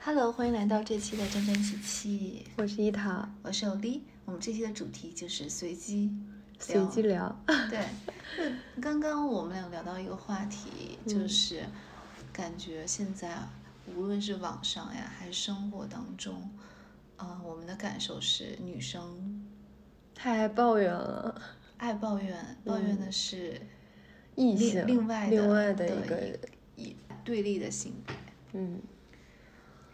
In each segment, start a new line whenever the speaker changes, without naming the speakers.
Hello，欢迎来到这期的沾沾喜气，
我是伊塔，
我是欧丽。我们这期的主题就是随机
随机
聊。
聊。
对，就刚刚我们俩聊到一个话题，
嗯
就是感觉现在无论是网上呀，还是生活当中，呃，我们的感受是女生
他还抱怨了
爱抱怨，抱怨的是
嗯异
另
性，
另外的
另外的一
一
个，
一对立的性别。
嗯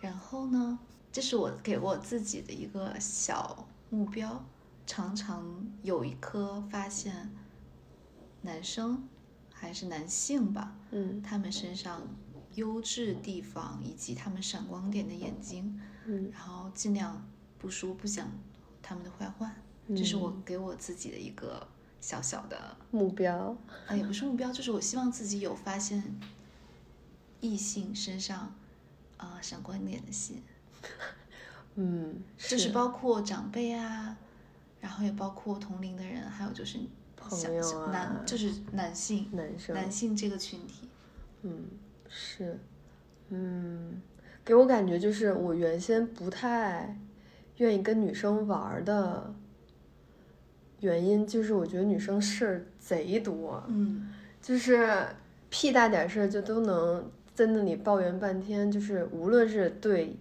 然后呢，这是我给我自己的一个小目标，常常有一颗发现，男生还是男性吧，
嗯
他们身上优质地方以及他们闪光点的眼睛，
嗯
然后尽量不说不讲他们的坏话，这是我给我自己的一个小小的，
目标，
啊，也不是目标，就是我希望自己有发现异性身上，啊、闪光点的心。
嗯，
就是包括长辈啊，然后也包括同龄的人，还有就是
朋
小
友
小男
啊
就是男性
男生，
男性这个群体，
嗯是，嗯，给我感觉就是我原先不太愿意跟女生玩儿的原因，就是我觉得女生事儿贼多，
嗯，
就是屁大点事儿就都能在那里抱怨半天，就是无论是对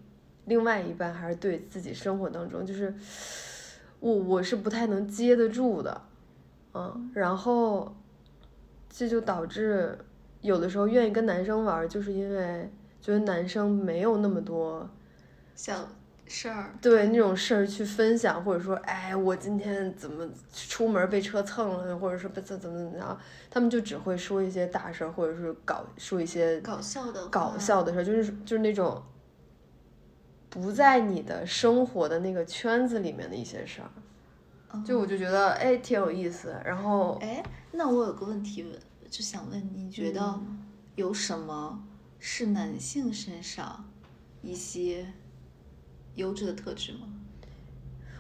另外一半还是对自己生活当中，就是我我是不太能接得住的，嗯，然后这就导致有的时候愿意跟男生玩儿，就是因为觉得男生没有那么多
小事儿，
对那种事儿去分享，或者说，哎，我今天怎么出门被车蹭了，或者是被怎怎么怎么样，他们就只会说一些大事儿，或者是搞说一些
搞笑的
搞
话，
笑的事儿，就是就是那种不在你的生活的那个圈子里面的一些事儿，
嗯
就我就觉得哎挺有意思，然后
哎，那我有个问题问，就想问你，你觉得
嗯
有什么是男性身上一些优质的特质吗？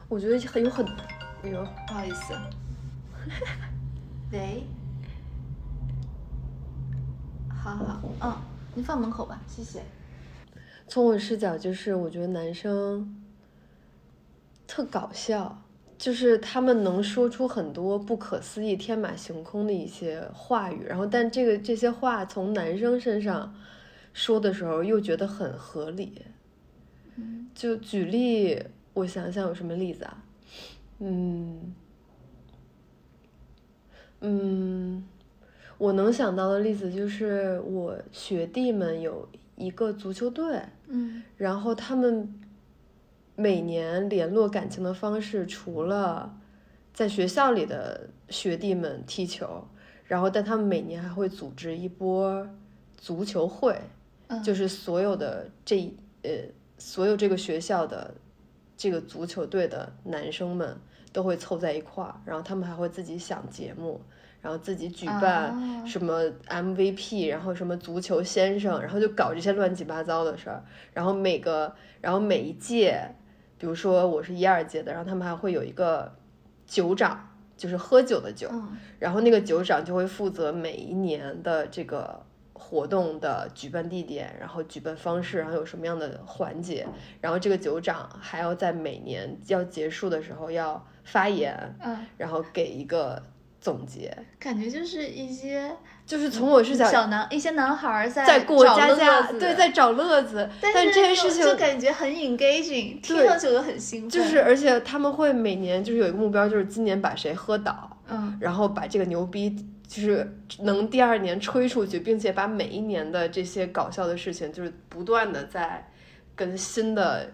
我觉得很有很有
不好意 思，喂，好好，
哦
嗯，您放门口吧，谢谢。
从我视角，就是我觉得男生特搞笑，就是他们能说出很多不可思议、天马行空的一些话语，然后但这个这些话从男生身上说的时候，又觉得很合理。
嗯
就举例，我想想有什么例子啊？嗯，嗯，我能想到的例子就是我学弟们有一个足球队，
嗯
然后他们每年联络感情的方式，除了在学校里的学弟们踢球，然后但他们每年还会组织一波足球会，
嗯，
就是所有的这一呃所有这个学校的这个足球队的男生们都会凑在一块儿，然后他们还会自己想节目，然后自己举办
啊
什么 MVP，、然后什么足球先生，然后就搞这些乱七八糟的事儿，然后每个然后每一届，比如说我是一二届的，然后他们还会有一个酒长，就是喝酒的酒，
嗯
然后那个酒长就会负责每一年的这个活动的举办地点，然后举办方式，然后有什么样的环节，然后这个酒长还要在每年要结束的时候要发言，
嗯，
然后给一个总结。
感觉就是一些
就是从我视角，
小男一些男孩儿在
在过
找
家
乐
家，
子
对，在找乐子。
但
这件事情
就感觉很 engaging，听
对
上去我就很兴奋，
就是，而且他们会每年就是有一个目标，就是今年把谁喝倒，
嗯
然后把这个牛逼就是能第二年吹出去，并且把每一年的这些搞笑的事情，就是不断的在跟新的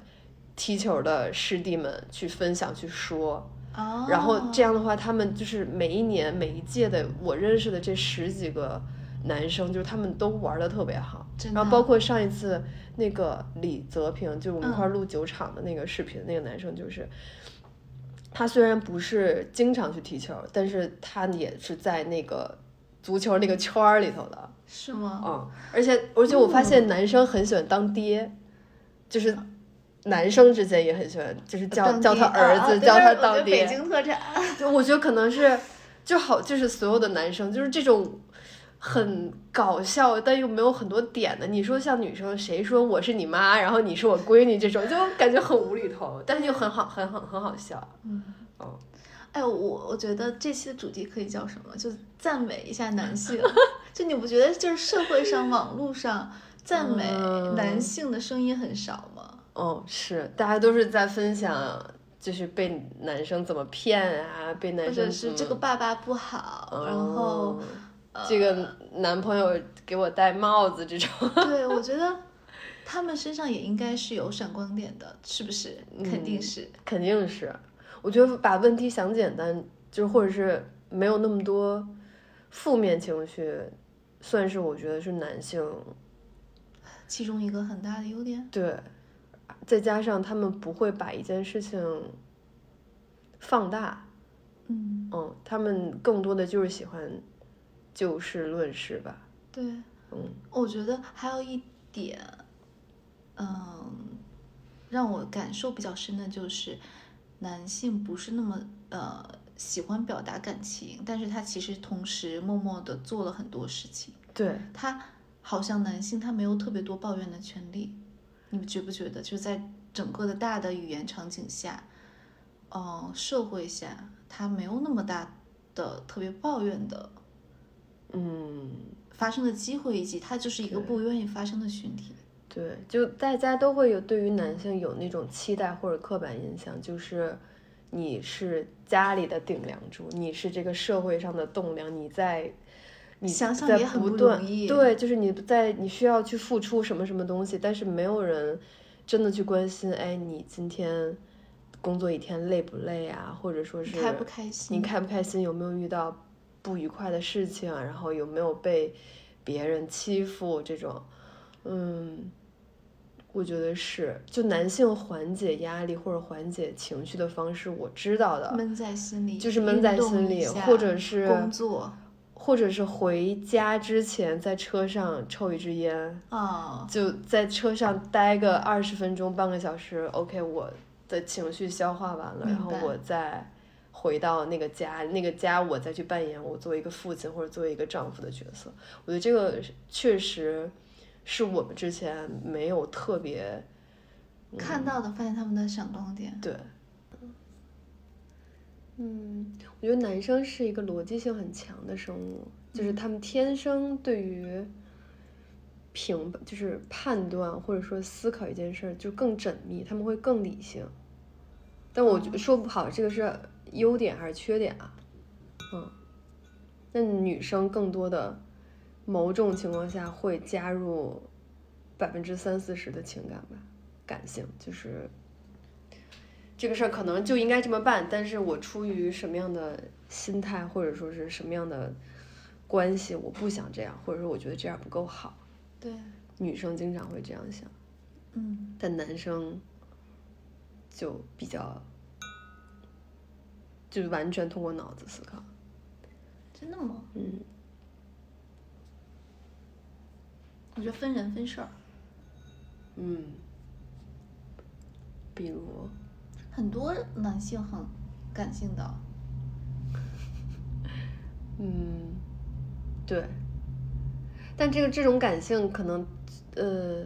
踢球的师弟们去分享去说，
哦，
然后这样的话，他们就是每一年每一届的我认识的这十几个男生，就是他们都玩的特别好。
真的
然后包括上一次那个李泽平，就是我们一块儿
嗯
录酒厂的那个视频，那个男生就是，他虽然不是经常去踢球，但是他也是在那个足球那个圈儿里头的，
是吗？
嗯，而且而且我发现男生很喜欢当爹，就是男生之间也很喜欢，就是叫
当
叫
爹
他儿
啊
子，
啊
叫
对
他
我觉得
当
北，
爹
京特产，
就我觉得可能是，就好，就是所有的男生，就是这种很搞笑，但又没有很多点的。你说像女生谁说我是你妈，然后你是我闺女这种，就感觉很无厘头，但是又很好，很好，很好笑。
嗯，
哦，
哎，我我觉得这期的主题可以叫什么？就赞美一下男性。就你不觉得就是社会上、网络上赞美
嗯
男性的声音很少吗？
哦，是，大家都是在分享，就是被男生怎么骗啊，被男
或
生
者
怎
是
么
这个爸爸不好，然后
哦这个男朋友给我戴帽子这种，
对我觉得他们身上也应该是有闪光点的，是不是？肯定是。
肯定是。我觉得把问题想简单，就是或者是没有那么多负面情绪，算是我觉得是男性
其中一个很大的优点，
对，再加上他们不会把一件事情放大，
嗯，
嗯，他们更多的就是喜欢就事论事吧，
对，
嗯
我觉得还有一点，嗯，让我感受比较深的就是，男性不是那么呃喜欢表达感情，但是他其实同时默默的做了很多事情，
对，
他好像男性他没有特别多抱怨的权利，你们觉不觉得？就是在整个的大的语言场景下，呃，社会下他没有那么大的特别抱怨的
嗯，
发生的机会，以及他就是一个
对
不愿意发生的群体。
对，就大家都会有对于男性有那种期待或者刻板印象，就是你是家里的顶梁柱，你是这个社会上的栋梁，你在。你
想想
在
也很
不
不
断
容易
对，就是你在你需要去付出什么什么东西，但是没有人真的去关心，哎，你今天工作一天累不累啊？或者说是
开不开心
你开不开心？有没有遇到不愉快的事情啊？然后有没有被别人欺负这种？嗯，我觉得是，就男性缓解压力或者缓解情绪的方式，我知道的，
闷在心里，
啊就是闷在心里
运动一下
或者是
工作
或者是回家之前在车上抽一支烟，
啊、
就在车上待个二十分钟、半个小时。OK，我的情绪消化完了，
明
然
白
后我再回到那个家，那个家我再去扮演我作为一个父亲或者作为一个丈夫的角色。我觉得这个是确实是我们之前没有特别
看到的，发现他们的闪光点。
对。嗯，我觉得男生是一个逻辑性很强的生物，就是他们天生对于评就是判断或者说思考一件事儿就更缜密，他们会更理性。但我觉说不好这个是优点还是缺点啊？嗯，那女生更多的某种情况下会加入百分之三四十的情感吧，感性就是这个事儿可能就应该这么办，但是我出于什么样的心态，或者说是什么样的关系，我不想这样，或者说我觉得这样不够好。
对，
女生经常会这样想，
嗯，
但男生就比较就完全通过脑子思考。
真的吗？
嗯，
我觉得分人分事儿，
嗯，比如，
很多男性很感性的，
嗯，对，但这个这种感性可能，呃，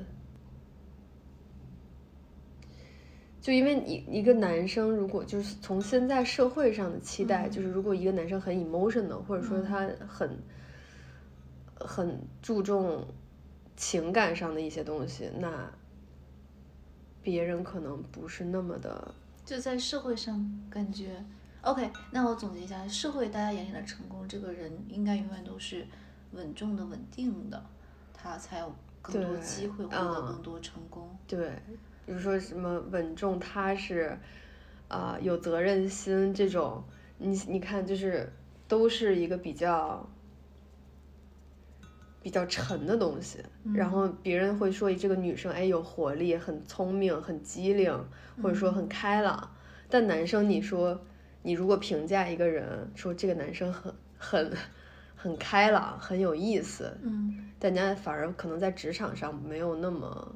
就因为你一个男生如果就是从现在社会上的期待，
嗯
就是如果一个男生很 emotional，或者说
嗯
他很、很注重情感上的一些东西，那别人可能不是那么的，
就在社会上感觉。OK，那我总结一下，社会大家眼里的成功，这个人应该永远都是稳重的、稳定的，他才有更多
对
机会获得
嗯
更多成功。
对，比如说什么稳重踏实，啊、有责任心这种，你你看就是都是一个比较比较沉的东西，然后别人会说这个女生哎有活力，很聪明，很机灵，或者说很开朗，但男生你说你如果评价一个人说这个男生很很很开朗，很有意思，
嗯，
大家反而可能在职场上没有那么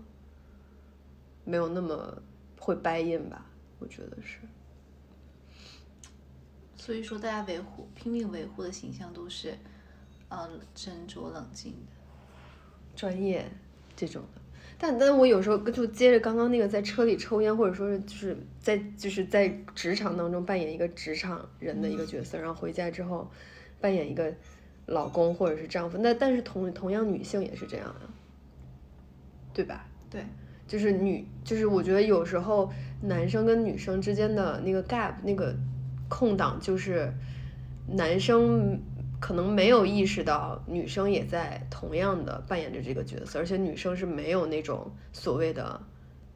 没有那么会掰硬吧，我觉得是。
所以说大家维护拼命维护的形象都是呃斟酌冷静的。
专业这种的。但但我有时候就接着刚刚那个在车里抽烟，或者说是就是在就是在职场当中扮演一个职场人的一个角色，然后回家之后扮演一个老公或者是丈夫。那但是同同样女性也是这样啊，对吧？
对，
就是女，就是我觉得有时候男生跟女生之间的那个 gap 那个空档，就是男生可能没有意识到女生也在同样的扮演着这个角色，而且女生是没有那种所谓的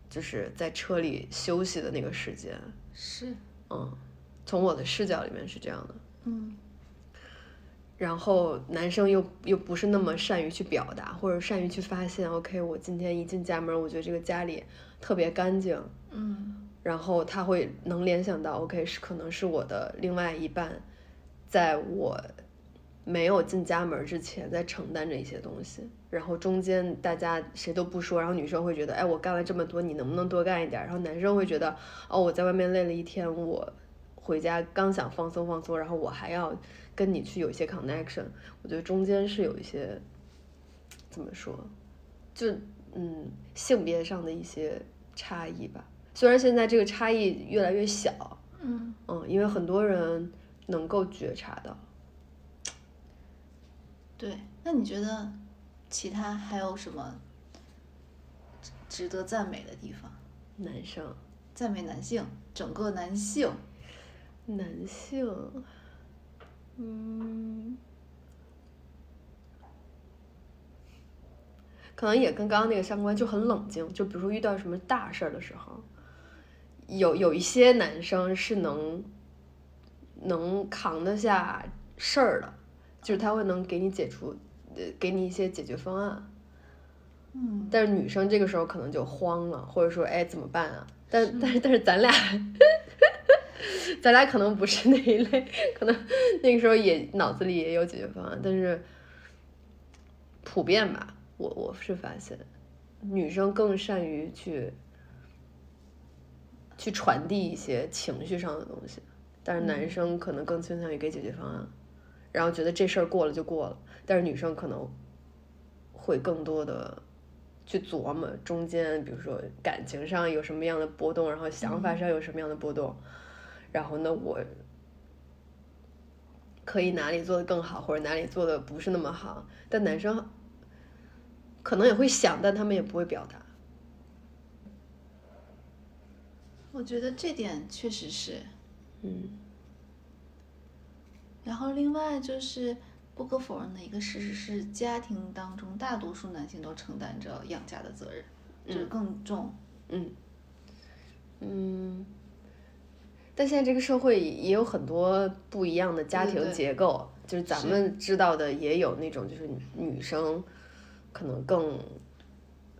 就是在车里休息的那个时间。
是，
嗯，从我的视角里面是这样的。
嗯，
然后男生又又不是那么善于去表达，或者善于去发现，OK，我今天一进家门，我觉得这个家里特别干净，
嗯，
然后他会能联想到，OK，是可能是我的另外一半，在我没有进家门之前在承担着一些东西，然后中间大家谁都不说，然后女生会觉得，哎，我干了这么多，你能不能多干一点？然后男生会觉得，哦，我在外面累了一天，我回家刚想放松放松，然后我还要跟你去有一些 connection，我觉得中间是有一些怎么说，就嗯性别上的一些差异吧。虽然现在这个差异越来越小，
嗯，
嗯，因为很多人能够觉察到。
对。那你觉得其他还有什么值值得赞美的地方？
男生、
赞美男性，整个男性，
男性，嗯，可能也跟刚刚那个相关，就很冷静。就比如说遇到什么大事儿的时候，有有一些男生是能能扛得下事儿的，就是他会能给你解除，呃，给你一些解决方案。
嗯，
但是女生这个时候可能就慌了，或者说，哎，怎么办啊？但但是但是咱俩， 咱俩可能不是那一类，可能那个时候也脑子里也有解决方案，但是普遍吧，我我是发现，女生更善于去去传递一些情绪上的东西，但是男生可能更倾向于给解决方案，然后觉得这事儿过了就过了，但是女生可能会更多的去琢磨中间，比如说感情上有什么样的波动，然后想法上有什么样的波动，然后呢，我可以哪里做的更好，或者哪里做的不是那么好，但男生可能也会想，但他们也不会表达。
我觉得这点确实是。
嗯
然后另外就是不可否认的一个事实是，家庭当中大多数男性都承担着养家的责任，就是更重。
嗯嗯，但现在这个社会也有很多不一样的家
对
庭
对
结构，就是咱
是
们知道的也有那种就是女生可能更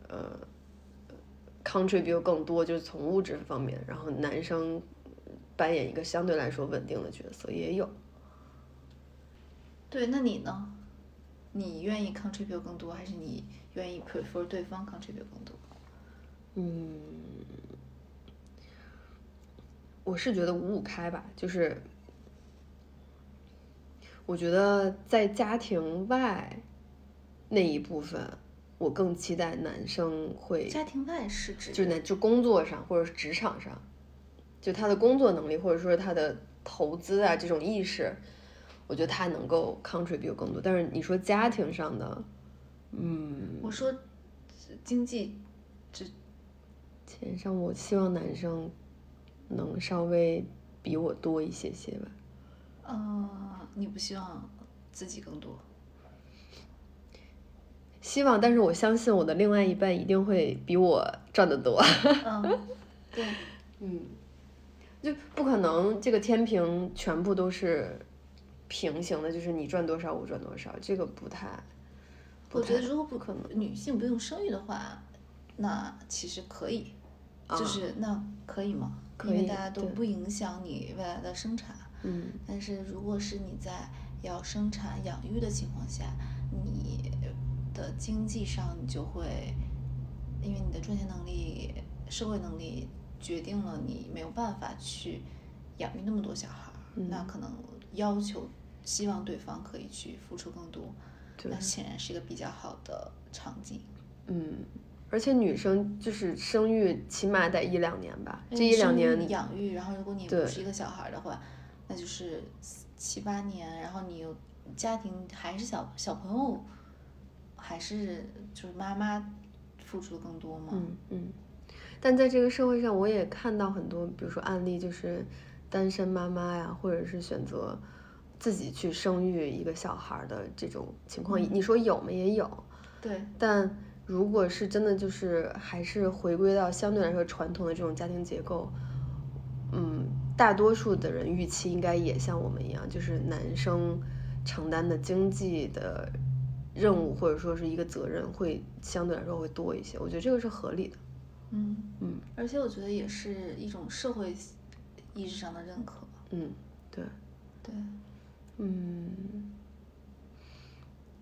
呃 contribute 更多，就是从物质方面，然后男生扮演一个相对来说稳定的角色也有。
对，那你呢？你愿意 contribute 更多，还是你愿意 prefer 对方 contribute 更多？
嗯，我是觉得五五开吧，就是我觉得在家庭外那一部分，我更期待男生会
家庭外是指
就是在就工作上或者是职场上，就他的工作能力或者说他的投资啊这种意识，我觉得他能够 contribute 更多。但是你说家庭上的，嗯，
我说经济
钱上，我希望男生能稍微比我多一些些吧。
呃，你不希望自己更多？
希望，但是我相信我的另外一半一定会比我赚得多。
嗯，对，
嗯，就不可能这个天平全部都是平行的，就是你赚多少我赚多少，这个不太。不
我觉得
太
如果不
可能
女性不用生育的话，那其实可以，
啊
就是那可以吗？
可
因为
以
大家都
对
不影响你未来的生产。
嗯
但是如果是你在要生产养育的情况下，你的经济上你就会，因为你的赚钱能力、社会能力决定了你没有办法去养育那么多小孩儿，那
嗯
可能要求希望对方可以去付出更多，
对
那显然是一个比较好的场景。
嗯，而且女生就是生育起码得一两年吧，这
因为
一两
生育
年，
养育，然后如果你
对
不是一个小孩儿的话，那就是七八年，然后你有家庭还是小小朋友，还是就是妈妈付出的更多嘛？
嗯嗯。但在这个社会上，我也看到很多，比如说案例，就是单身妈妈呀，或者是选择自己去生育一个小孩儿的这种情况，
嗯
你说有吗？也有，
对，
但如果是真的，就是还是回归到相对来说传统的这种家庭结构，嗯，大多数的人预期应该也像我们一样，就是男生承担的经济的任务或者说是一个责任会相对来说会多一些，我觉得这个是合理的。
嗯
嗯，
而且我觉得也是一种社会意识上的认可。
嗯，对，
对，
嗯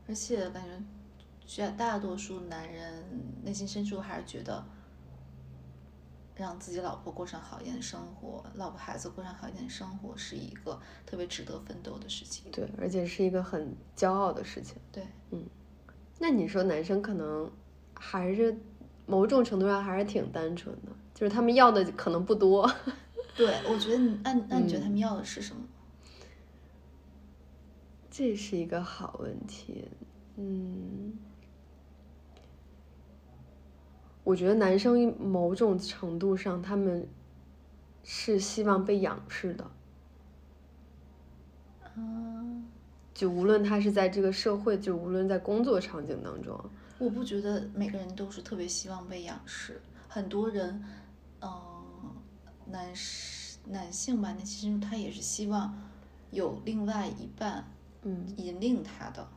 而且感觉绝大多数男人内心深处还是觉得，让自己老婆过上好一点的生活，老婆孩子过上好一点的生活是一个特别值得奋斗的事情。
对，而且是一个很骄傲的事情。
对，
那你说男生可能还是某种程度上还是挺单纯的，就是他们要的可能不多。
对，我觉得你，那那你觉得
嗯
他们要的是什么？
这是一个好问题，嗯，我觉得男生某种程度上他们是希望被仰视的，
嗯，
就无论他是在这个社会，就无论在工作场景当中，
我不觉得每个人都是特别希望被仰视，很多人，嗯、男士男性吧，那其实他也是希望有另外一半
嗯
引领他的。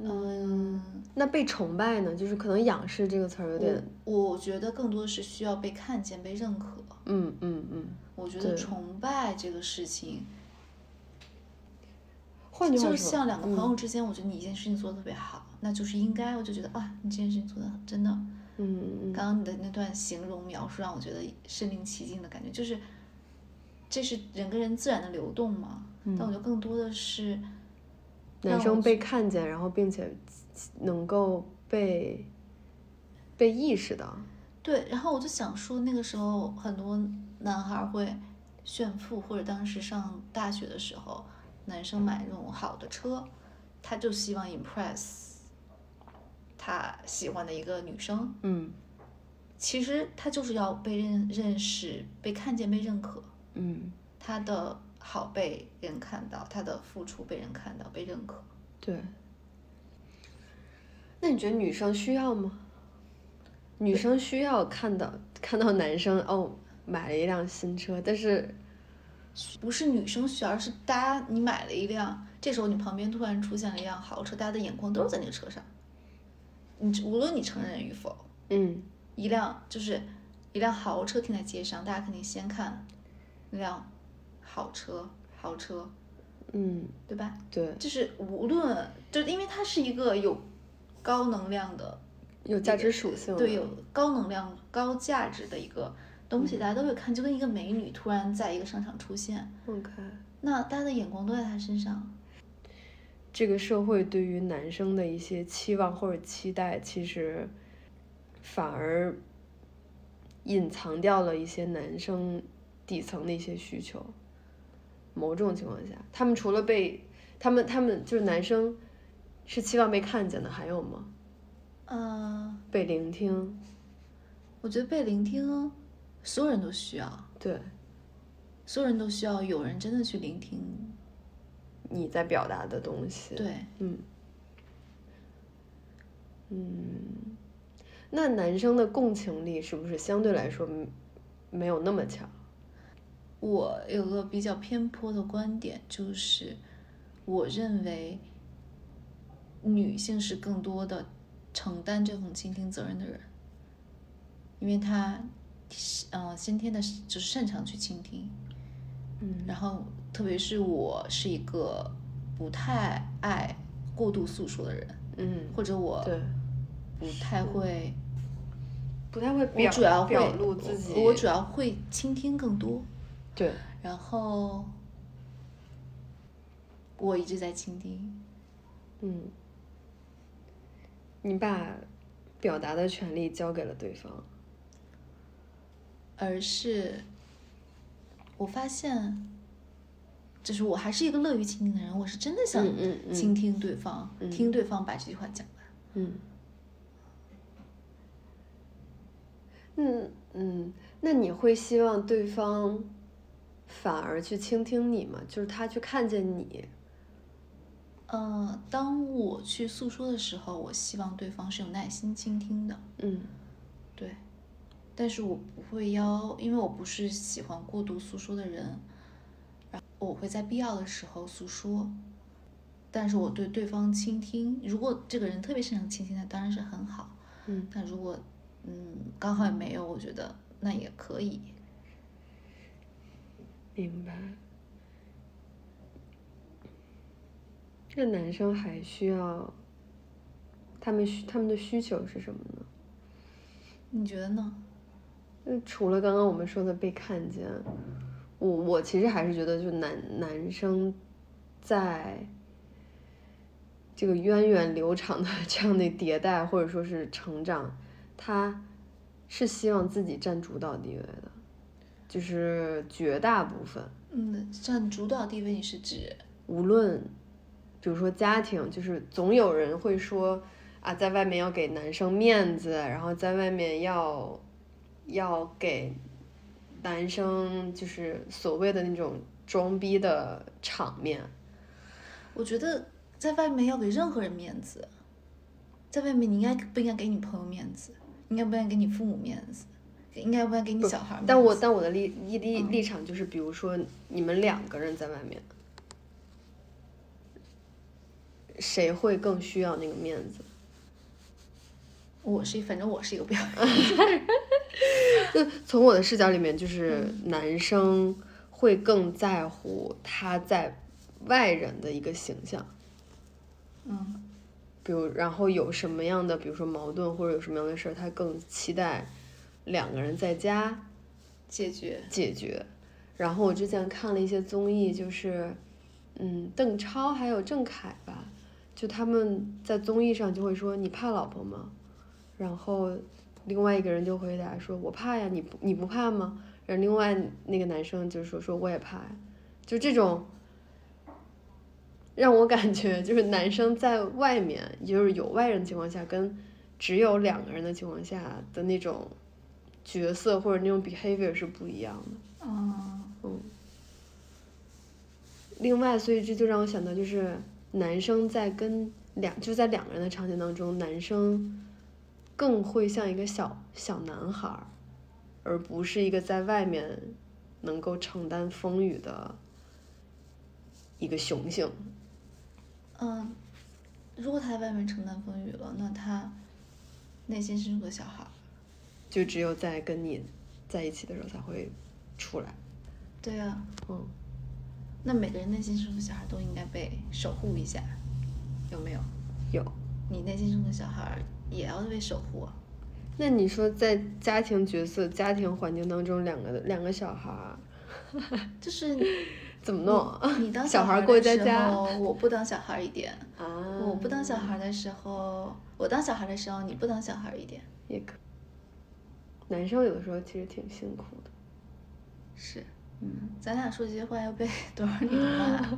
嗯，那被崇拜呢，就是可能仰视这个词儿有点，
我觉得更多是需要被看见、被认可。
嗯嗯嗯。
我觉得
对
崇拜这个事情，
换句话
就
说，
像两个朋友
嗯
之间，我觉得你一件事情做的特别好，那就是应该，我就觉得啊，你这件事情做的真的。
嗯嗯
刚刚你的那段形容描述让我觉得身临其境的感觉，就是这是人跟人自然的流动嘛。
嗯
但我觉得更多的是
男生被看见，然后并且能够被被意识到。
对，然后我就想说，那个时候很多男孩儿会炫富，或者当时上大学的时候，男生买那种好的车，他就希望 impress 他喜欢的一个女生。
嗯
其实他就是要被认认识、被看见、被认可，
嗯，
他的好被人看到，他的付出被人看到、被认可。
对。那你觉得女生需要吗？女生需要看到看到男生哦买了一辆新车，但是
不是女生需要，而是大家你买了一辆，这时候你旁边突然出现了一辆豪车，大家的眼光都是在那个车上。你无论你承认与否，
嗯，
一辆就是一辆豪车停在街上，大家肯定先看那辆豪车，豪车，
嗯，
对吧？
对，
就是无论，就是因为它是一个有高能量的，
有价值属性的。
对，有高能量、高价值的一个东
嗯
西，大家都会看，就跟一个美女突然在一个商场出现，
OK，
那大家的眼光都在她身上。
这个社会对于男生的一些期望或者期待，其实反而隐藏掉了一些男生底层的一些需求。某种情况下，他们除了被他们他们就是男生是期望被看见的，还有吗？
嗯、
被聆听，
我觉得被聆听，所有人都需要，
对
所有人都需要有人真的去聆听你。
你在表达的东西。
对，
嗯，嗯，那男生的共情力是不是相对来说嗯没有那么强？
我有个比较偏颇的观点，就是我认为女性是更多的承担这种倾听责任的人，因为她，呃，先天的就是擅长去倾听，
嗯
然后特别是我是一个不太爱过度诉说的人，
嗯，
或者我
对，
不太会。
不太会
我
表
主要会
表露自己，
我，我主要会倾听更多，
对，
然后我一直在倾听。
嗯，你把表达的权利交给了对方。
而是我发现，就是我还是一个乐于倾听的人，我是真的想
嗯嗯嗯
倾听对方，
嗯
听对方把这句话讲完。
嗯，嗯嗯，那你会希望对方反而去倾听你吗？就是他去看见你，
呃，当我去诉说的时候，我希望对方是有耐心倾听的，
嗯
对。但是我不会要，因为我不是喜欢过度诉说的人，然后我会在必要的时候诉说。但是我对对方倾听，如果这个人特别擅长倾听，那当然是很好。
嗯
但如果嗯刚好也没有，我觉得那也可以。
明白。那男生还需要，他们需他们的需求是什么呢？
你觉得呢？
嗯，除了刚刚我们说的被看见，我我其实还是觉得，就男男生在这个源远流长的 这样的迭代或者说是成长，他是希望自己占主导地位的，就是绝大部分，
嗯，占主导地位你是指
无论比如说家庭，就是总有人会说啊，在外面要给男生面子，然后在外面要要给男生就是所谓的那种装逼的场面。
我觉得在外面要给任何人面子，在外面你应该不应该给你朋友面子？应该不应该给你父母面子？应该不应该给你小孩面子？
但我但我的立立立立场就是，比如说你们两个人在外面，谁会更需要那个面子？
我是反正我是一个不要
就从我的视角里面，就是男生会更在乎他在外人的一个形象，
嗯
比如然后有什么样的，比如说矛盾或者有什么样的事儿，他更期待两个人在家
解决
解决。然后我之前看了一些综艺，就是嗯，邓超还有郑恺吧，就他们在综艺上就会说你怕老婆吗？然后另外一个人就回答说我怕呀，你不你不怕吗？然后另外那个男生就说说我也怕呀，就这种。让我感觉就是男生在外面，就是有外人的情况下，跟只有两个人的情况下的那种角色或者那种 behavior 是不一样的。
嗯
另外，所以这就让我想到，就是男生在跟两就在两个人的场景当中，男生更会像一个小小男孩儿，而不是一个在外面能够承担风雨的一个雄性。
嗯，如果他在外面承担风雨了，那他内心深处的小孩儿，
就只有在跟你在一起的时候才会出来。
对啊，
嗯，
那每个人内心深处的小孩都应该被守护一下，有没有？
有。
你内心中的小孩儿也要被守护啊。
那你说，在家庭角色、家庭环境当中，两个两个小孩儿
就是
怎么弄？
你当
哦小孩
孩
儿
儿
过
的
家
时
家
候，我不当小孩儿一点；
啊
我不当小孩儿的时候，我当小孩儿的时候，你不当小孩儿一点。
也可。男生有的时候其实挺辛苦的，
是，
嗯，
咱俩说这些话要被 多少女骂？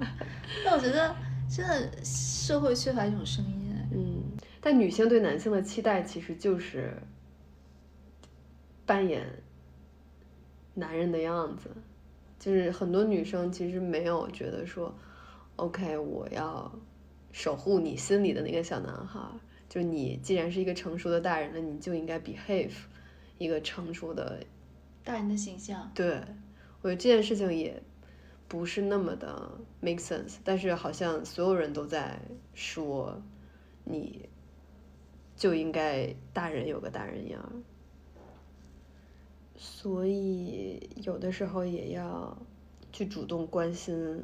但我觉得真的社会缺乏一种声音哎。
嗯，但女性对男性的期待其实就是扮演男人的样子，就是很多女生其实没有觉得说，OK，我要守护你心里的那个小男孩儿，就是你既然是一个成熟的大人了，你就应该 behave 一个成熟的
大人的形象，
对，我觉得这件事情也不是那么的 make sense，但是好像所有人都在说，你就应该大人有个大人样儿，所以有的时候也要去主动关心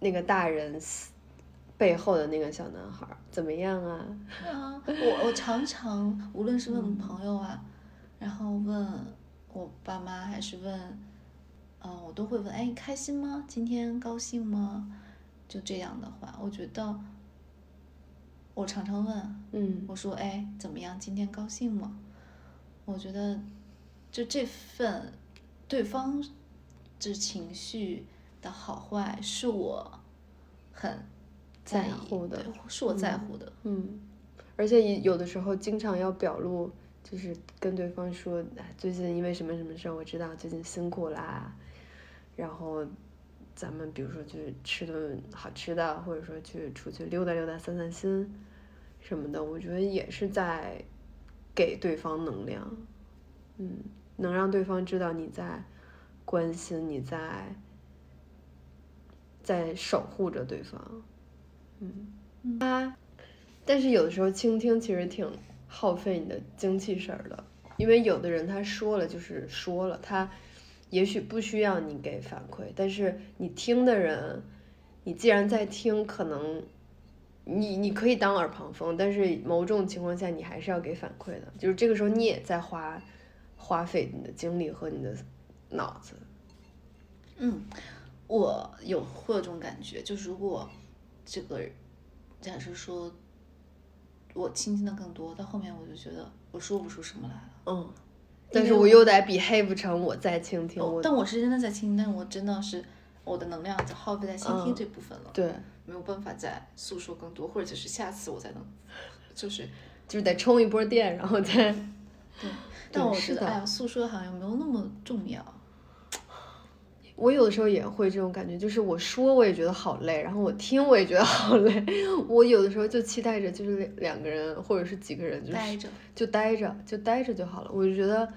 那个大人背后的那个小男孩儿怎么样啊？
啊，我我常常无
嗯
论是问朋友啊，然后问我爸妈，还是问嗯、我都会问，哎，开心吗？今天高兴吗？就这样的话，我觉得我常常问，
嗯
我说，哎，怎么样？今天高兴吗？我觉得，就这份对方这情绪的好坏，是我很在
在
意
乎的
哎对是我在乎的。
嗯，而且也有的时候经常要表露，就是跟对方说，哎，最近因为什么什么事儿，我知道最近辛苦啦，然后咱们比如说去吃顿好吃的，或者说去出去溜达溜达、散散心什么的，我觉得也是在给对方能量，嗯，能让对方知道你在关心，你在在守护着对方，嗯。但是有的时候倾听其实挺耗费你的精气神儿的，因为有的人他说了就是说了，他也许不需要你给反馈，但是你听的人，你既然在听，可能你你可以当耳旁风，但是某种情况下你还是要给反馈的，就是这个时候你也在花花费你的精力和你的脑子，
嗯，我有会有这种感觉，就是如果这个假设说我倾听的更多，到后面我就觉得我说不出什么来了。
嗯，
因
但
为
是我
我
又得 behave 成我在倾听，我
哦但我是真的在倾听，但我真的是我的能量就耗费在倾听这部分了，
嗯对，
没有办法再诉说更多，或者就是下次我才能，就是，
就是得充一波电，然后再。
但我
是
觉得
的
哎呀，诉说好像没有那么重要。
我有的时候也会这种感觉，就是我说我也觉得好累，然后我听我也觉得好累。 我有的时候就期待着，就是两两个人或者是几个人，就是
待着，
就待着，就待着就好了。我就觉得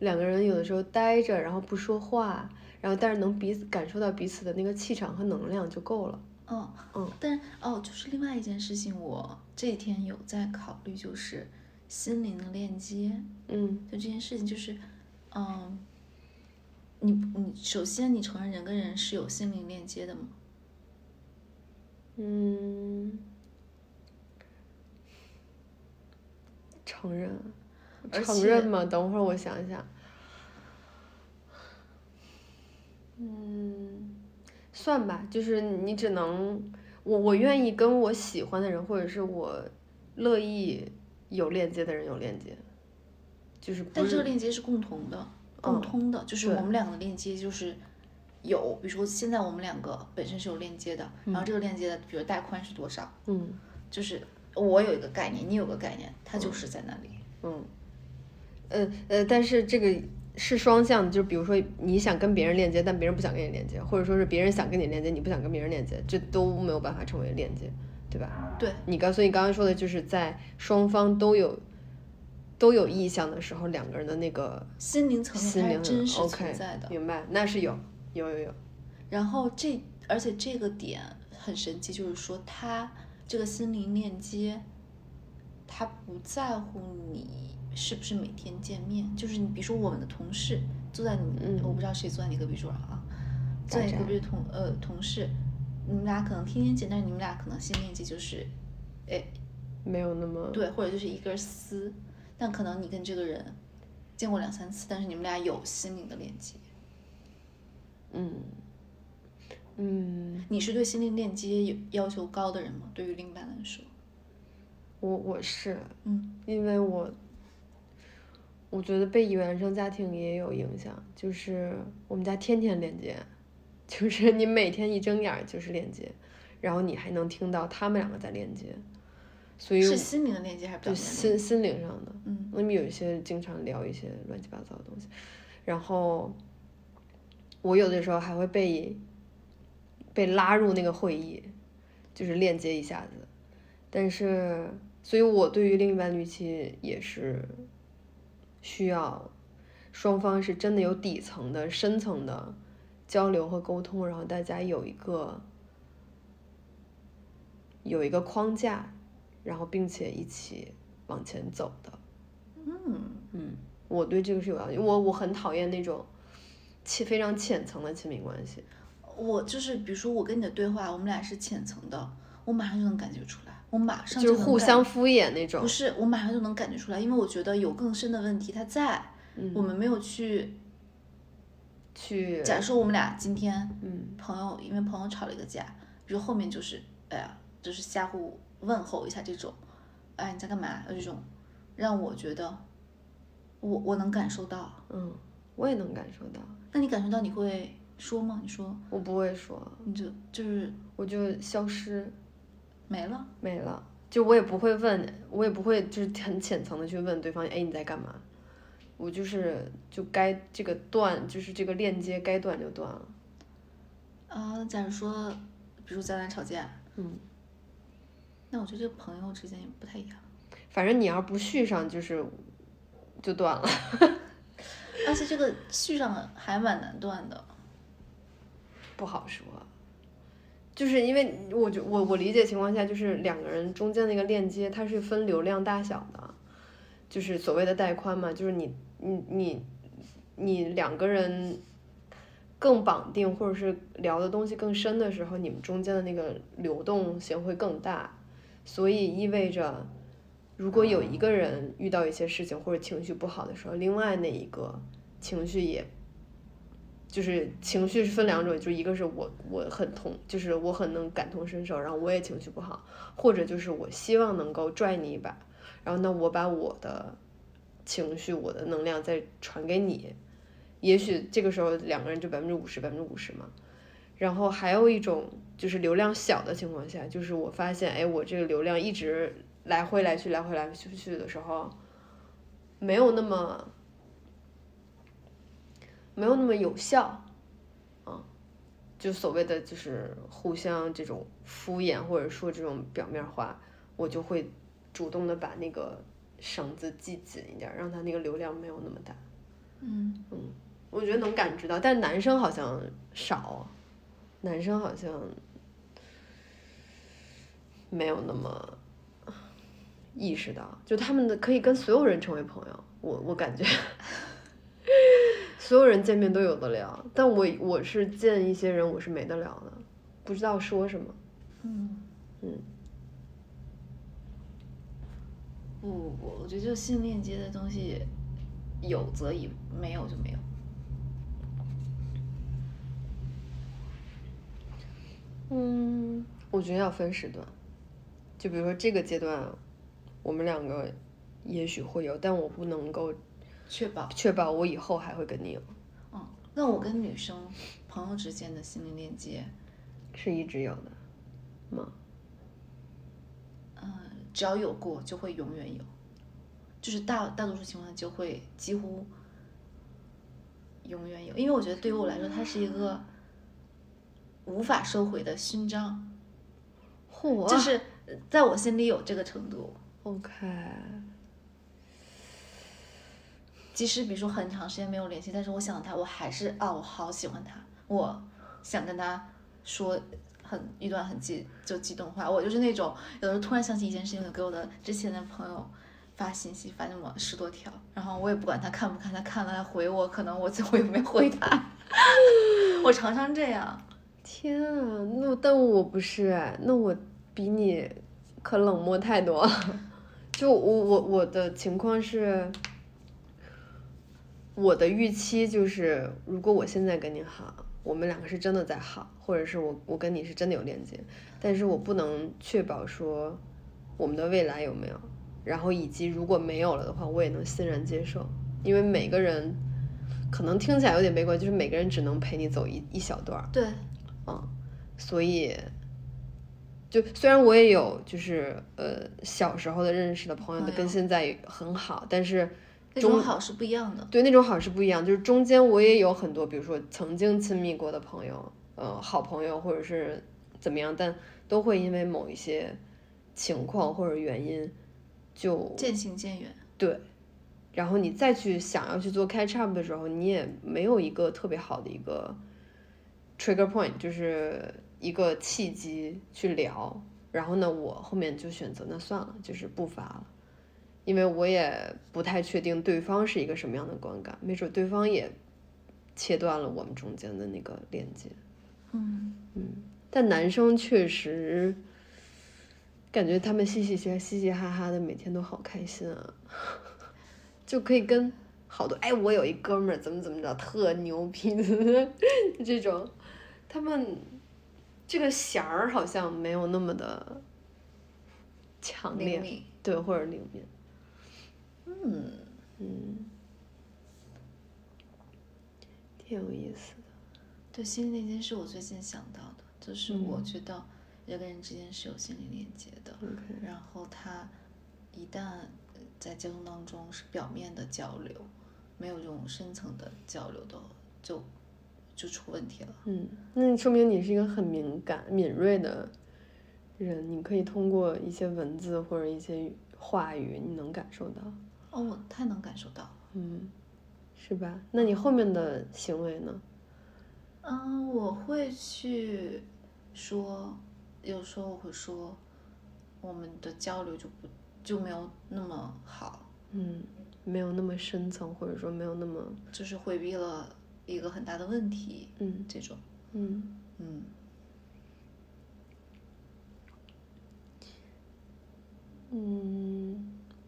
两个人有的时候待着，然后不说话，然后但是能彼此感受到彼此的那个气场和能量就够了。
嗯
嗯
但哦，就是另外一件事情，我这几天有在考虑，就是心灵的链接。
嗯
就这件事情，就是，嗯，你你首先你承认人跟人是有心灵链接的吗？
嗯，承认，啊
而
承
且
认吗？等会儿我想一想。嗯，算吧，就是你只能我我愿意跟我喜欢的人，或者是我乐意有链接的人有链接，就是不
但这个
是
链接是共同的，共
嗯
通的，就是
对
我们两个的链接就是有，比如说现在我们两个本身是有链接的，然后这个链接的，比如带宽是多少，
嗯
就是我有一个概念，你有个概念，它就是在那里。
嗯，呃呃，但是这个是双向的，就比如说你想跟别人链接，但别人不想跟你链接，或者说是别人想跟你链接，你不想跟别人链接，这都没有办法成为链接，对吧？
对，
你刚，所以你刚刚说的就是在双方都有都有意向的时候，两个人的那个
心灵层面
心
它
灵
是真实
OK，
存在的。
明白？那是有有有有，
然后这，而且这个点很神奇，就是说他这个心灵链接，他不在乎你是不是每天见面，就是你比如说我们的同事坐在你，
嗯
我不知道谁坐在你隔壁桌啊，
大
坐在你
宅
隔壁的同呃同事，你们俩可能天天见，但是你们俩可能心链接就是，哎
没有那么
对，或者就是一根丝，但可能你跟这个人见过两三次，但是你们俩有心灵的链接。
嗯嗯，
你是对心灵链接有要求高的人吗？对于另一半来说，
我我是
嗯
因为我我觉得被原生家庭也有影响，就是我们家天天链接， 就是你每天一睁眼儿就是链接，然后你还能听到他们两个在链接，所以
是
我
心灵的链接还是表
对
面的链
心
接？
心灵上的，
嗯
那么有一些经常聊一些乱七八糟的东西，然后我有的时候还会被被拉入那个会议，就是链接一下子。但是，所以我对于另一半预期也是需要双方是真的有底层的、深层的交流和沟通，然后大家有一个有一个框架，然后并且一起往前走的。
嗯，
嗯，我对这个是有要求，我我很讨厌那种浅非常浅层的亲密关系。
我就是比如说我跟你的对话，我们俩是浅层的，我马上就能感觉出来，我马上
就是
能
互
感
相敷衍那种
不。是，我马上就能感觉出来，因为我觉得有更深的问题它在，
嗯
我们没有去
去
假如说我们俩今天
嗯
朋友因为朋友吵了一个架，就后面就是哎呀，就是相互问候一下这种，哎你在干嘛？这种让我觉得我我能感受到。
嗯，我也能感受到，
那你感受到你会说吗？你说
我不会说，
你就就是
我就消失
没了。
没了。就我也不会问，我也不会就是很浅层的去问对方，哎，你在干嘛？我就是就该这个断，就是这个链接该断就断了。
啊、假如说，比如咱俩吵架，
嗯，
那我觉得这个朋友之间也不太一样。
反正你要不续上，就是就断了。
而且这个续上还蛮难断的。
不好说，就是因为我觉我我理解情况下，就是两个人中间那个链接，它是分流量大小的，就是所谓的带宽嘛，就是你你你你两个人更绑定或者是聊的东西更深的时候，你们中间的那个流动性会更大，所以意味着。如果有一个人遇到一些事情或者情绪不好的时候，另外那一个情绪也就是情绪是分两种，就一个是我我很同，就是我很能感同身受，然后我也情绪不好，或者就是我希望能够拽你一把，然后那我把我的情绪、我的能量再传给你，也许这个时候两个人就百分之五十、百分之五十嘛。然后还有一种就是流量小的情况下，就是我发现，哎，我这个流量一直来回来去、来回来去去的时候，没有那么没有那么有效，嗯，就所谓的就是互相这种敷衍或者说这种表面话，我就会主动的把那个绳子系紧一点，让他那个流量没有那么大。
嗯，
我觉得能感知到，但男生好像少，男生好像没有那么意识到，就他们的可以跟所有人成为朋友，我我感觉所有人见面都有的聊，但我我是见一些人我是没得聊的，不知道说什么，
嗯不不不，我觉得就性链接的东西，有则已，没有就没有。
嗯，我觉得要分时段，就比如说这个阶段，我们两个也许会有，但我不能够。
确保，
确保我以后还会跟你有，
嗯，那我跟女生朋友之间的心理链接，
是一直有的吗？
嗯、只要有过就会永远有，就是大大多数情况下就会几乎永远有，因为我觉得对于我来说，它是一个无法收回的勋章，
嚯
就是呃在我心里有这个程度。
OK，
即使比如说很长时间没有联系，但是我想他，我还是啊，我好喜欢他，我想跟他说很一段很激就激动话。我就是那种有时候突然想起一件事情，我就给我的之前的朋友发信息，发那么十多条，然后我也不管他看不看，他看了他回我，可能 我最后也没回他。我常常这样，
天啊，那但我不是哎，那我比你可冷漠太多了。就我我我的情况是，我的预期就是，如果我现在跟你好，我们两个是真的在好，或者是我我跟你是真的有链接，但是我不能确保说我们的未来有没有，然后以及如果没有了的话，我也能欣然接受，因为每个人可能听起来有点悲观，就是每个人只能陪你走一一小段儿。
对，
嗯，所以就虽然我也有就是呃小时候的认识的朋友
朋
的跟
友
现在很好，但是
那种
中
好是不一样的。
对那种好是不一样，就是中间我也有很多，比如说曾经亲密过的朋友，呃，好朋友或者是怎么样，但都会因为某一些情况或者原因就
渐行渐远，
对，然后你再去想要去做 catch up 的时候，你也没有一个特别好的一个 trigger point，就是一个契机去聊。然后呢，我后面就选择那算了，就是不发了，因为我也不太确定对方是一个什么样的观感，没准对方也切断了我们中间的那个链接。
嗯，
但男生确实感觉 他们嘻嘻嘻嘻嘻哈哈的，每天都好开心啊，就可以跟好多哎，我有一哥们儿怎么怎么着特牛逼 这种，他们这个弦儿好像没有那么的强
灵
烈，
敏，
对，或者灵敏，
嗯，
嗯，挺有意思的，
对，心理链接是我最近想到的，就是我
嗯
觉得人跟人之间是有心理链接的，
OK
然后他一旦呃在交通当中是表面的交流，没有这种深层的交流的，就就出问题了。
嗯，那说明你是一个很敏感、敏锐的人，你可以通过一些文字或者一些语话语，你能感受到，
哦，我太能感受到了。
嗯，是吧？那你后面的行为呢？
嗯，我会去说，有时候我会说，我们的交流就不就没有那么好，
嗯，没有那么深层，或者说没有那么，
就是回避了一个很大的问题，
嗯
这种，
嗯，
嗯，
嗯，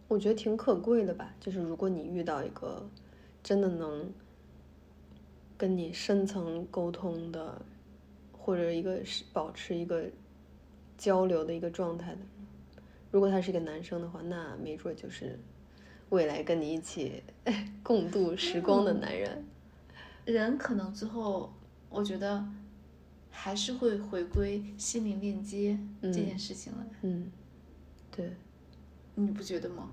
我觉得挺可贵的吧。就是如果你遇到一个真的能跟你深层沟通的，或者一个是保持一个交流的一个状态的人，如果他是一个男生的话，那没准儿就是未来跟你一起 共度时光的男
嗯
人。
人可能最后，我觉得还是会回归心灵链接这件
嗯
事情来，
嗯，对。
你不觉得吗？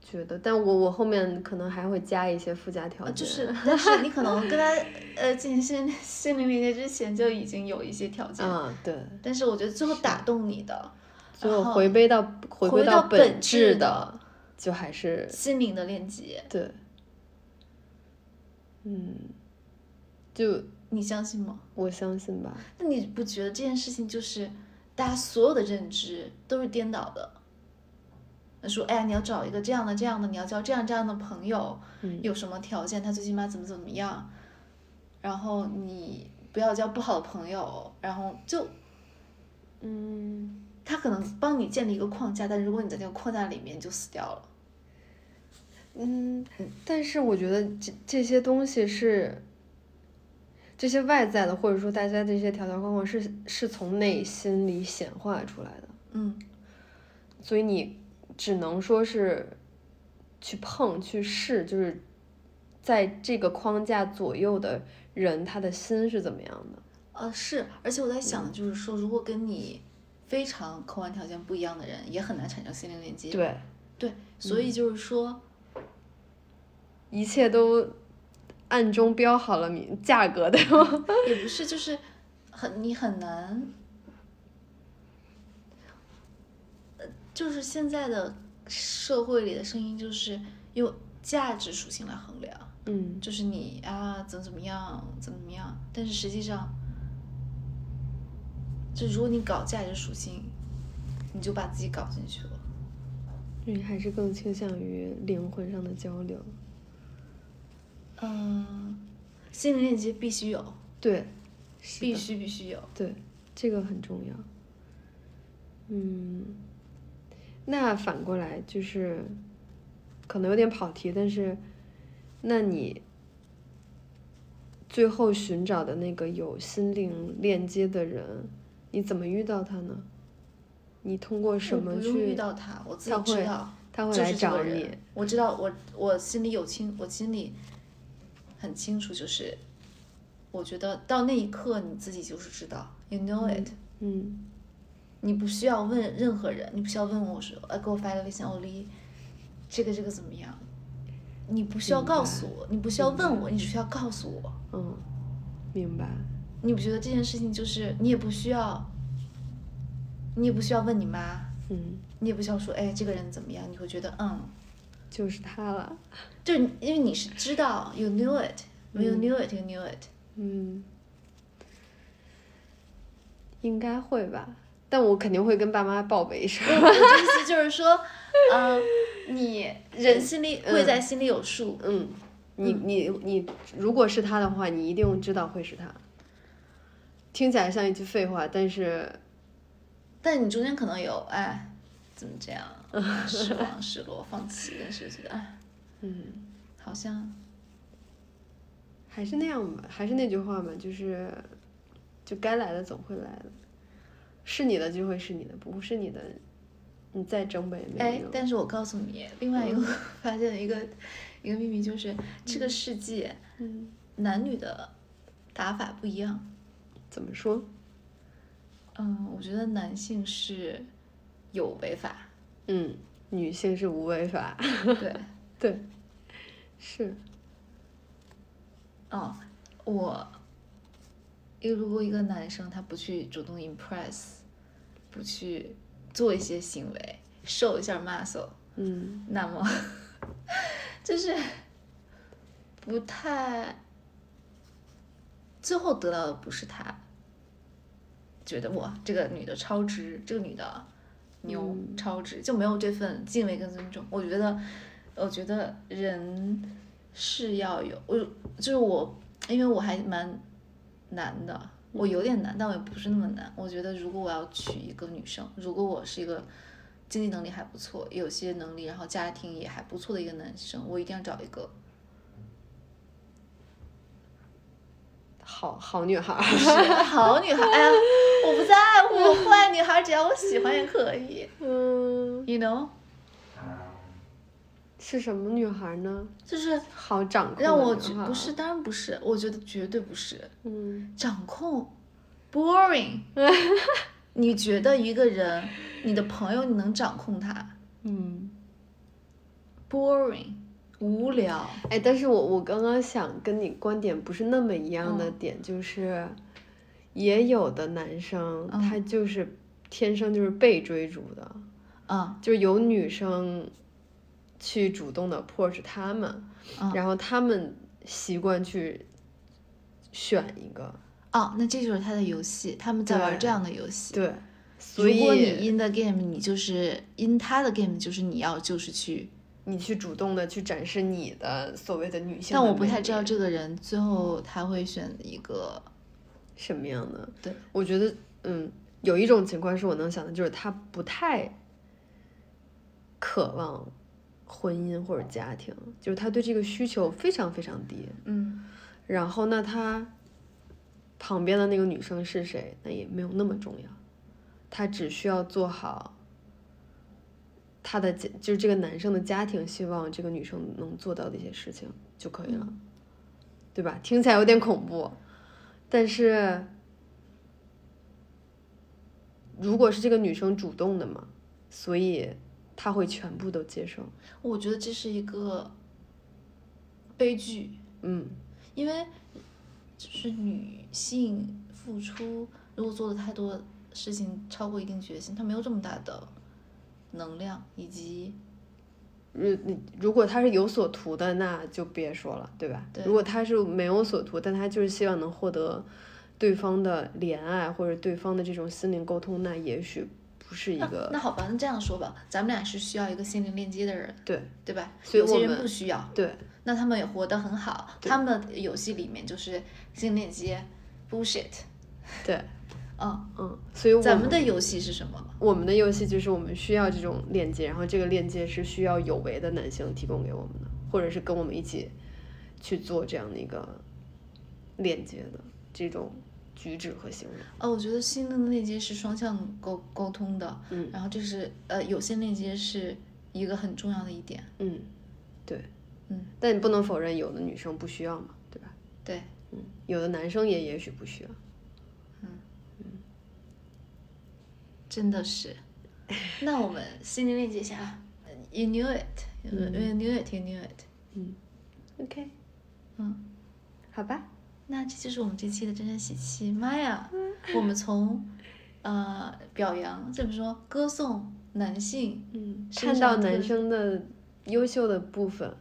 觉得，但我我后面可能还会加一些附加条
呃，就
件，
是，但是你可能跟他呃进行心心灵链接之前就已经有一些条件，
啊，对，
但嗯是我觉得最后打动你的。
就回归到回归
到
本
本质
质的，就还是
心灵的链接，
对，嗯，就
你相信吗？
我相信吧，
那你不觉得这件事情就是大家所有的认知都是颠倒的？说，哎呀，你要找一个这样的、这样的，你要交这样这样的朋友，
嗯
有什么条件，他最起码怎么怎么样，然后你不要交不好的朋友，然后就
嗯，
他可能帮你建立一个框架，但如果你在这个框架里面，你就死掉了。
嗯，但是我觉得这这些东西是这些外在的，或者说大家这些条条框框是是从内心里显化出来的。
嗯，
所以你只能说是去碰、去试，就是在这个框架左右的人，他的心是怎么样的？
呃，是，而且我在想，就是说，如果跟你非常客观条件不一样的人，也很难产生心灵链接。
对，
对，嗯所以就是说，
一切都暗中标好了名价格，对吗？
也不是，就是很你很难，呃，就是现在的社会里的声音，就是用价值属性来衡量，
嗯，
就是你啊怎么怎么样，怎么怎么样，但是实际上，就如果你搞价值属性，你就把自己搞进去了。
你还是更倾向于灵魂上的交流。
嗯，心灵链接必须有，
对，是
必
的
须必须有。
对，这个很重要。嗯，那反过来就是，可能有点跑题，但是，那你最后寻找的那个有心灵链接的人，你怎么遇到他呢？你通过什
我
么
不
去？
用遇到他，我自己
他
知
会
道。
他会
就
来
是这
找
个
你
人。。我知道，我我心里有清，我心里很清楚，就是我觉得到那一刻你自己就是知道，you know it，、
嗯
你不需要问任何人，你不需要问我说，哎，给我发个微信，欧丽，这个这个怎么样？你不需要
明白
告诉我，你不需要问我，你只需要告诉我。
嗯，明白。
你不觉得这件事情就是你也不需要，你也不需要问你妈，
嗯，
你也不需要说，哎，这个人怎么样？你会觉得，嗯，
就是他了。
就是因为你是知道，you knew it，you
嗯
knew it，you knew it，
嗯，应该会吧，但我肯定会跟爸妈报备一声。
我的意思就是 说，嗯、你人心里呃会在心里有数。
嗯，你你你，如果是他的话，你一定知道会是他。听起来像一句废话，但是
但你中间可能有哎，怎么这 样？失望、失落、放弃，但是觉得哎，
嗯，
好像
还是那样吧，还是那句话嘛，就是，就该来的总会来的，是你的就会是你的，不是你的，你再争呗也没
哎
用。，
但是我告诉你，另外一个发现的一个一个秘密就是，这个世界
嗯，
男女的打法不一样。
怎么说？
嗯，我觉得男性是有违法，
嗯，女性是无违法，
对，
对，是，
哦，我，因为如果一个男生他不去主动 impress，不去做一些行为，瘦一下 muscle，
嗯。
那么就是不太，最后得到的不是他，觉得哇，这个女的超值，这个女的牛、
嗯
超值，就没有这份敬畏跟尊重。我觉得，我觉得人是要有，我就是我，因为我还蛮难的。我
嗯
有点难，但我也不是那么难。我觉得，如果我要娶一个女生，如果我是一个经济能力还不错，有些能力，然后家庭也还不错的一个男生，我一定要找一个
好好女孩儿，
是好女孩。哎呀，我不在乎坏女孩，只要我喜欢也可以。
嗯，
You know，
是什么女孩儿呢？
就是
好掌控的
让我
女
觉
孩
不
儿
是，，当然不是，我觉得绝对不是
嗯
掌控，boring。你觉得一个人，你的朋友你能掌控他
嗯，
？boring，无聊。
哎，但是我我刚刚想跟你观点不是那么一样的
嗯
点，就是也有的男生、
嗯
他就是天生就是被追逐的，
嗯
就是有女生去主动的迫使他们，
嗯
然后他们习惯去选一个，
哦，那这就是他的游戏，他们在玩
对
这样的游戏。
对，所以
如果你 in the game，你就是 in 他的 game，就是你要就是去。
你去主动的去展示你的所谓的女性的
但
魅力，
我不太知道这个人最后他会选一个，
什么样的。
对，
我觉得，嗯，有一种情况是我能想的，就是他不太渴望婚姻或者家庭，就是他对这个需求非常非常低。
嗯
然后呢，他旁边的那个女生是谁，那也没有那么重要，他只需要做好。他的家就是这个男生的家庭，希望这个女生能做到的一些事情就可以了。对吧？听起来有点恐怖，但是如果是这个女生主动的嘛，所以她会全部都接受。
我觉得这是一个悲剧，
嗯
因为就是女性付出，如果做的太多事情超过一定决心，她没有这么大的能量以及
如嗯你如果她是有所图的，那就别说了，对吧？
对
如果她是没有所图，但她就是希望能获得对方的怜爱或者对方的这种心灵沟通，那也许不是一
那
个
那好吧，那这样说吧，咱们俩是需要一个心灵链接的人，
对
对吧？
所以
有些
我
人
们
不需要，
对
那他们也活得很好。
对
他们的游戏里面就是心灵链接，bullshit。
对，
嗯，
嗯，所以我
咱们的游戏是什么？
我们的游戏就是我们需要这种链接，然后这个链接是需要有为的男性提供给我们的，或者是跟我们一起去做这样的一个链接的这种举止和行为。
哦，我觉得心灵的链接是双向沟沟通的，
嗯
然后这是呃有线链接是一个很重要的一点。
嗯，对，
嗯，
但你不能否认，有的女生不需要嘛，对吧？
对，
嗯，有的男生也也许不需要。
真的 是。那我们心灵链接一下啊，You knew it，You
嗯
knew it，You knew it。
OK，
嗯，
好吧，
那这就是我们这期的真真喜气。妈呀，
嗯
我们从呃表扬怎么说，歌颂男性
嗯，
身
看到
上特
男
质
生的优秀的部分、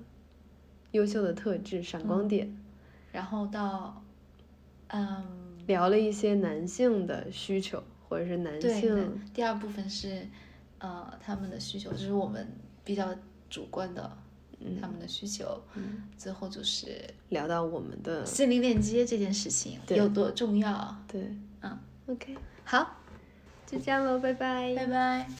优秀的特质、闪光点。
然后到，嗯，
聊了一些男性的需求，或者是男
对，那
性，
第二部分是，呃，他们的需求，就是我们比较主观的他们的需求，
嗯
最后就是
聊到我们的
心灵链接这件事情
对
有多重要。
对，
嗯，
，OK，
好，
就这样喽，拜拜，
拜拜。